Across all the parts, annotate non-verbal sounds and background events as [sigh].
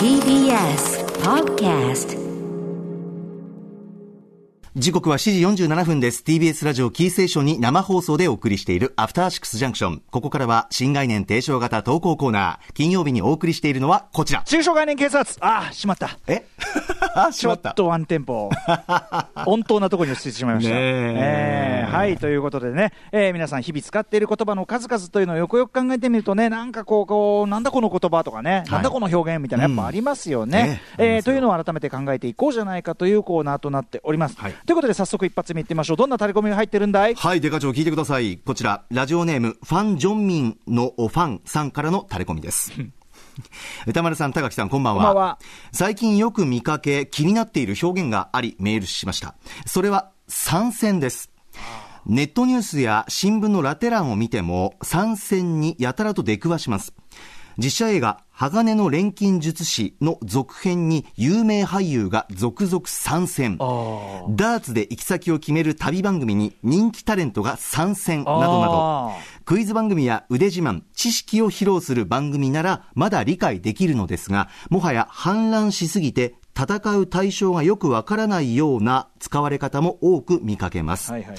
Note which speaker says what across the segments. Speaker 1: TBS Podcast
Speaker 2: 時刻は7時47分です。TBS ラジオキーステーションに生放送でお送りしているアフターシックスジャンクション。ここからは新概念提唱型投稿コーナー。金曜日にお送りしているのはこちら。
Speaker 3: 中小概念警察ああ、しまった。
Speaker 2: え [laughs] あ、し
Speaker 3: ちょ
Speaker 2: ま
Speaker 3: っ
Speaker 2: った。
Speaker 3: とワンテン [laughs] ポ、温当なところに落ち着いてしまいました。
Speaker 2: ねえ
Speaker 3: ええはい、ということでね、えー皆さん、日々使っている言葉の数々というのをよくよく考えてみるとね、なんかこう、こうなんだこの言葉とかね、なんだこの表現みたいな、やっぱありますよね。
Speaker 2: うんええ
Speaker 3: えーというのを改めて考えていこうじゃないかというコーナーとなっております。
Speaker 2: はい
Speaker 3: ということで、早速一発目いってみましょう。どんなタレコミが入ってるんだい
Speaker 2: はい、デカ長聞いてください。こちら、ラジオネーム、ファン・ジョンミンのファンさんからのタレコミです。
Speaker 3: [laughs]
Speaker 2: 歌丸さん、高木さん、こんばんは。
Speaker 3: こんばんは
Speaker 2: 最近よく見かけ、気になっている表現があり、メールしました。それは、参戦です。ネットニュースや新聞のラテ欄を見ても、参戦にやたらと出くわします。実写映画、鋼の錬金術師の続編に有名俳優が続々参戦。ダーツで行き先を決める旅番組に人気タレントが参戦などな
Speaker 3: あ
Speaker 2: ど
Speaker 3: ー、
Speaker 2: クイズ番組や腕自慢、知識を披露する番組ならまだ理解できるのですが、もはや氾濫しすぎて戦う対象がよくわからないような使われ方も多く見かけます。
Speaker 3: はいはい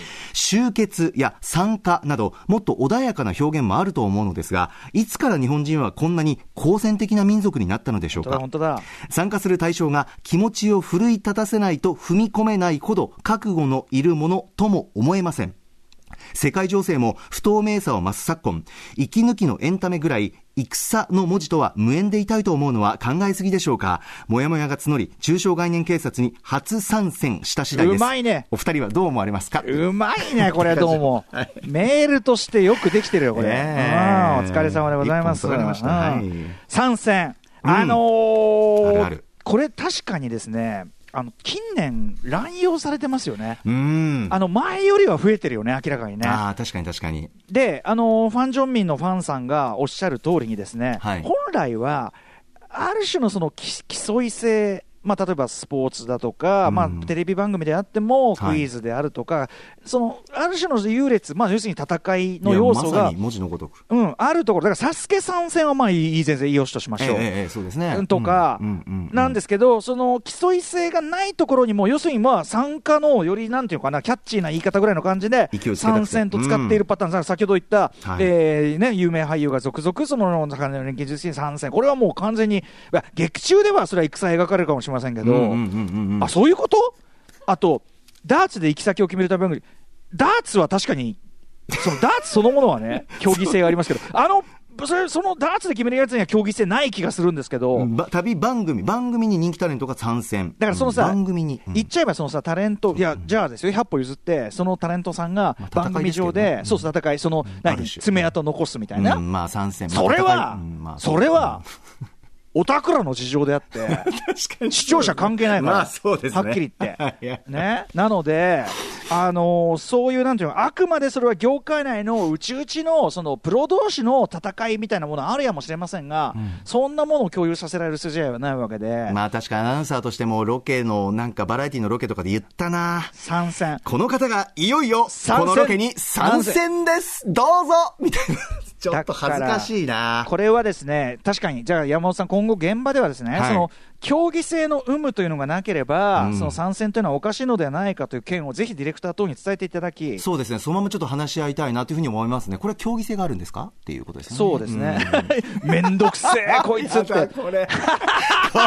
Speaker 2: 集結や参加など、もっと穏やかな表現もあると思うのですが、いつから日本人はこんなに好戦的な民族になったのでしょう
Speaker 3: 本当だ、
Speaker 2: か
Speaker 3: 本。当だ。
Speaker 2: 参加する対象が気持ちを奮い立たせないと踏み込めないほど覚悟のいるものとも思えません。世界情勢も不透明さを増す昨今、息抜きのエンタメぐらい、戦の文字とは無縁でいたいと思うのは考えすぎでしょうか。もやもやが募り、中小概念警察に初参戦した次第です。
Speaker 3: うまいね
Speaker 2: お二人はどう思われますか
Speaker 3: うまいね、これ、どうも。メールとしてよくできてるよ、これ。
Speaker 2: ねえ
Speaker 3: うんお疲れ様でございます。
Speaker 2: 一本取られました
Speaker 3: うん
Speaker 2: はい
Speaker 3: 参戦。
Speaker 2: うん
Speaker 3: あのー
Speaker 2: あるある
Speaker 3: これ確かにですね、あの、近年、乱用されてますよね。
Speaker 2: うーん。
Speaker 3: あの、前よりは増えてるよね、明らかにね。
Speaker 2: あー確かに確かに。
Speaker 3: で、あのーファン・ジョンミンのファンさんがおっしゃる通りにですね、
Speaker 2: はい
Speaker 3: 本来は、ある種のそのき競い性、まあ、例えばスポーツだとか、
Speaker 2: うん
Speaker 3: まあ、テレビ番組であっても、
Speaker 2: はい
Speaker 3: クイズであるとか、そのある種の優劣、まあ、要するに戦いの要素
Speaker 2: いやまさ
Speaker 3: が
Speaker 2: に、文字のごとく。
Speaker 3: うん、あるところ、だから、サスケ参戦はまあいい、全然、いいよしとしま
Speaker 2: え
Speaker 3: し
Speaker 2: え
Speaker 3: ょう。
Speaker 2: ええそうですね。
Speaker 3: とか
Speaker 2: ううう
Speaker 3: なんですけど、その競い性がないところにも、要するにまあ参加のよりなんていうのかな、キャッチーな言い方ぐらいの感じで
Speaker 2: 勢いつけたく、て
Speaker 3: 参戦と使っているパターン、さ先ほど言った、
Speaker 2: はい
Speaker 3: えーね、有名俳優が続々、その中の連携術師に参戦、これはもう完全に、いや劇中ではそれは戦描かれるかもしれませんけど、
Speaker 2: うんうんうんうんうん
Speaker 3: あそういうことあと、ダーツで行き先を決めるために、ダーツは確かに、そのダーツそのもの
Speaker 2: [laughs]
Speaker 3: はね、競技性がありますけど、あの、それそのダーツで決めるやつには競技性ない気がするんですけど。
Speaker 2: ば旅番組、番組に人気タレントが参戦。
Speaker 3: だからそのさ、
Speaker 2: 番組に。うん
Speaker 3: 言っちゃえばそのさ、タレント、いや、じゃあですよ、100歩譲って、そのタレントさんが
Speaker 2: まあ
Speaker 3: 番組上で、
Speaker 2: 戦いですけどね
Speaker 3: そうそう、戦い、その、
Speaker 2: ある
Speaker 3: 何、
Speaker 2: 種
Speaker 3: 爪痕残すみたいな。
Speaker 2: うんまあ参戦。まあ
Speaker 3: それ
Speaker 2: 戦
Speaker 3: はい
Speaker 2: うんまあ、
Speaker 3: それは、おたくらの事情で
Speaker 2: [laughs]
Speaker 3: あって、視聴者関係ないから、
Speaker 2: まあそうですね
Speaker 3: はっきり言
Speaker 2: [laughs]
Speaker 3: っ
Speaker 2: いや
Speaker 3: て。ね、なので、あのーそういう、なんていうの、あくまでそれは業界内のうちうちの、そのプロ同士の戦いみたいなものはあるやもしれませんが、そんなものを共有させられる筋合いはないわけで、
Speaker 2: まあ確かアナウンサーとしてもロケの、なんかバラエティのロケとかで言ったな。
Speaker 3: 参戦。
Speaker 2: この方がいよいよ、
Speaker 3: 参
Speaker 2: この
Speaker 3: 戦
Speaker 2: ロケに参戦ですどうぞみたいな。 [laughs] ちょっと恥ずかしいな。
Speaker 3: これはですね、確かに、じゃあ山本さん、今後、現場ではですね、
Speaker 2: はい
Speaker 3: その競技性の有無というのがなければ、
Speaker 2: うん
Speaker 3: その参戦というのはおかしいのではないかという件をぜひディレクター等に伝えていただき、
Speaker 2: そうですね。そのままちょっと話し合いたいなというふうに思いますね。これは競技性があるんですかっていうことですね。
Speaker 3: そうですね、めんどくせえ、
Speaker 2: [laughs]
Speaker 3: こいつって。
Speaker 2: やだこれ。 [laughs]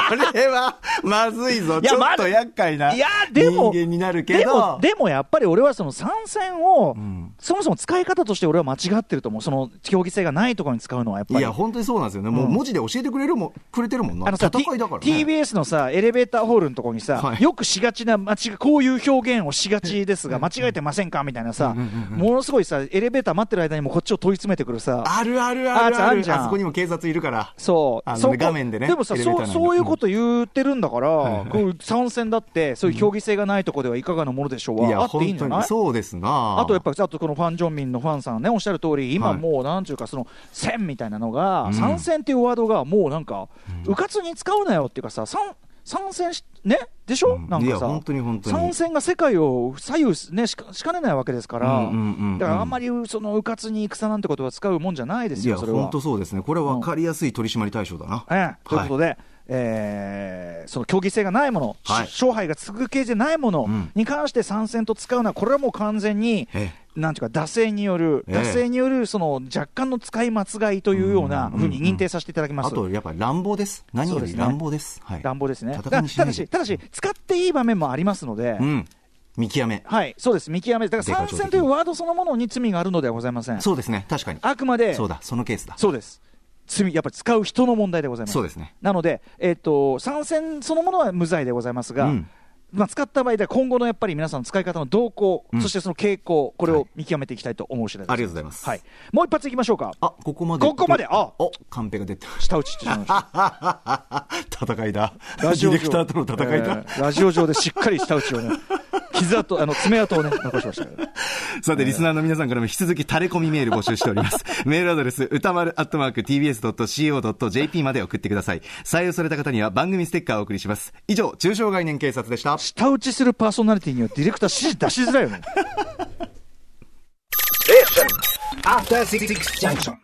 Speaker 2: これは、まずいぞ。
Speaker 3: いや
Speaker 2: ちょっ
Speaker 3: まあ
Speaker 2: と厄介ない
Speaker 3: やでも
Speaker 2: 人間になるけ
Speaker 3: でも
Speaker 2: ど、。
Speaker 3: でもやっぱり俺はその参戦を、
Speaker 2: ん
Speaker 3: そもそも使い方として俺は間違ってると思う、その競技性がないところに使うのはやっぱ
Speaker 2: い
Speaker 3: り。
Speaker 2: や、本当にそうなんですよね。もう文字で教えてくれるもん、くれてるもんな。
Speaker 3: あのさ、
Speaker 2: 戦いだから、ね。
Speaker 3: T- TBS のさ、エレベーターホールのとこにさ、
Speaker 2: はい
Speaker 3: よくしがちな間違、こういう表現をしがちですが、間違えてませんかみたいなさ、ものすごいさ、エレベーター待ってる間にもこっちを問い詰めてくるさ、
Speaker 2: あるあるあるあ
Speaker 3: あ
Speaker 2: る
Speaker 3: る
Speaker 2: あ
Speaker 3: じゃん
Speaker 2: そこにも警察いるから。
Speaker 3: そう、
Speaker 2: あのね
Speaker 3: そこ
Speaker 2: 画面でね
Speaker 3: もさ
Speaker 2: エレベーターな
Speaker 3: そう、
Speaker 2: んで
Speaker 3: そういうこと言ってるんだから、こう参戦だって、そういう競技性がないとこではいかがなものでしょうは、あっていいんじゃない
Speaker 2: そうですな
Speaker 3: あとやっぱ、あとこのファン・ジョンミンのファンさんね、おっしゃる通り、今
Speaker 2: はい
Speaker 3: もうなんていうか、その戦みたいなのが、
Speaker 2: ん
Speaker 3: 参戦っていうワードがもうなんか、うかつに使うなよっていうかさ、参参戦し、ねでしょ、
Speaker 2: うん
Speaker 3: なん
Speaker 2: い
Speaker 3: か
Speaker 2: や
Speaker 3: さ、
Speaker 2: 本当に本当に
Speaker 3: 参戦が世界を左右す、ね、しかしかねないわけですから、
Speaker 2: うんうんうんうん
Speaker 3: だからあんまりそのうかつに戦なんてことは使うもんじゃないです
Speaker 2: いや、
Speaker 3: よ、それは
Speaker 2: 本。当そうですね。これは分かりやすい取締り対象だな。
Speaker 3: ええ、ということで、えーその競技性がないもの、し
Speaker 2: はい
Speaker 3: 勝敗がつく系じゃないもの
Speaker 2: うん
Speaker 3: に関して参戦と使うのは、これはもう完全に、
Speaker 2: え
Speaker 3: なんていうか、惰性による、
Speaker 2: ええ
Speaker 3: 惰性によるその若干の使い間違いというようなふうに認定させていただきます。
Speaker 2: あと、やっぱり乱暴です。何より乱暴です。はい。
Speaker 3: 乱暴ですね。
Speaker 2: 戦いにしな
Speaker 3: た
Speaker 2: い
Speaker 3: だ
Speaker 2: で
Speaker 3: し、ただし、使っていい場面もありますので、
Speaker 2: うん。見極め。
Speaker 3: はい、そうです、見極めですだから参戦というワードそのものに罪があるのではございません。
Speaker 2: そうですね。確かに。
Speaker 3: あくまで、
Speaker 2: そうだ。そのケースだ。
Speaker 3: そうです。罪、やっぱり使う人の問題でございます。
Speaker 2: そうですね。
Speaker 3: なので、えっ、と、参戦そのものは無罪でございますが、
Speaker 2: うん
Speaker 3: まあ、使った場合では今後のやっぱり皆さんの使い方の動向、
Speaker 2: ん
Speaker 3: そしてその傾向、これ
Speaker 2: はい
Speaker 3: を見極めていきたいと思う次第です。
Speaker 2: ありがとうございます
Speaker 3: はい。もう一発いきましょうか。
Speaker 2: あ、ここまで。
Speaker 3: ここまであ
Speaker 2: お、カンペが出て。
Speaker 3: 下打ちってしまいました。
Speaker 2: [laughs] 戦いだ。
Speaker 3: ラジオ
Speaker 2: デ
Speaker 3: 上
Speaker 2: ィレクターとの戦いだ。
Speaker 3: えーラジオ上でしっかり下打ち
Speaker 2: [laughs]
Speaker 3: をね、傷跡、あの、爪痕をね、残しましたけど。
Speaker 2: さて、リスナーの皆さんからも引き続き垂れ込みメール募集しており
Speaker 3: [laughs]
Speaker 2: ます。メールアドレス、歌丸アットマーク tbs.co.jp まで送ってください。採用された方には番組ステッカーをお送りします。以上、中小概念警察でした。
Speaker 3: 下打ちするパーソナリティにはディレクター指示出しづらいよね。
Speaker 4: After Six Junction.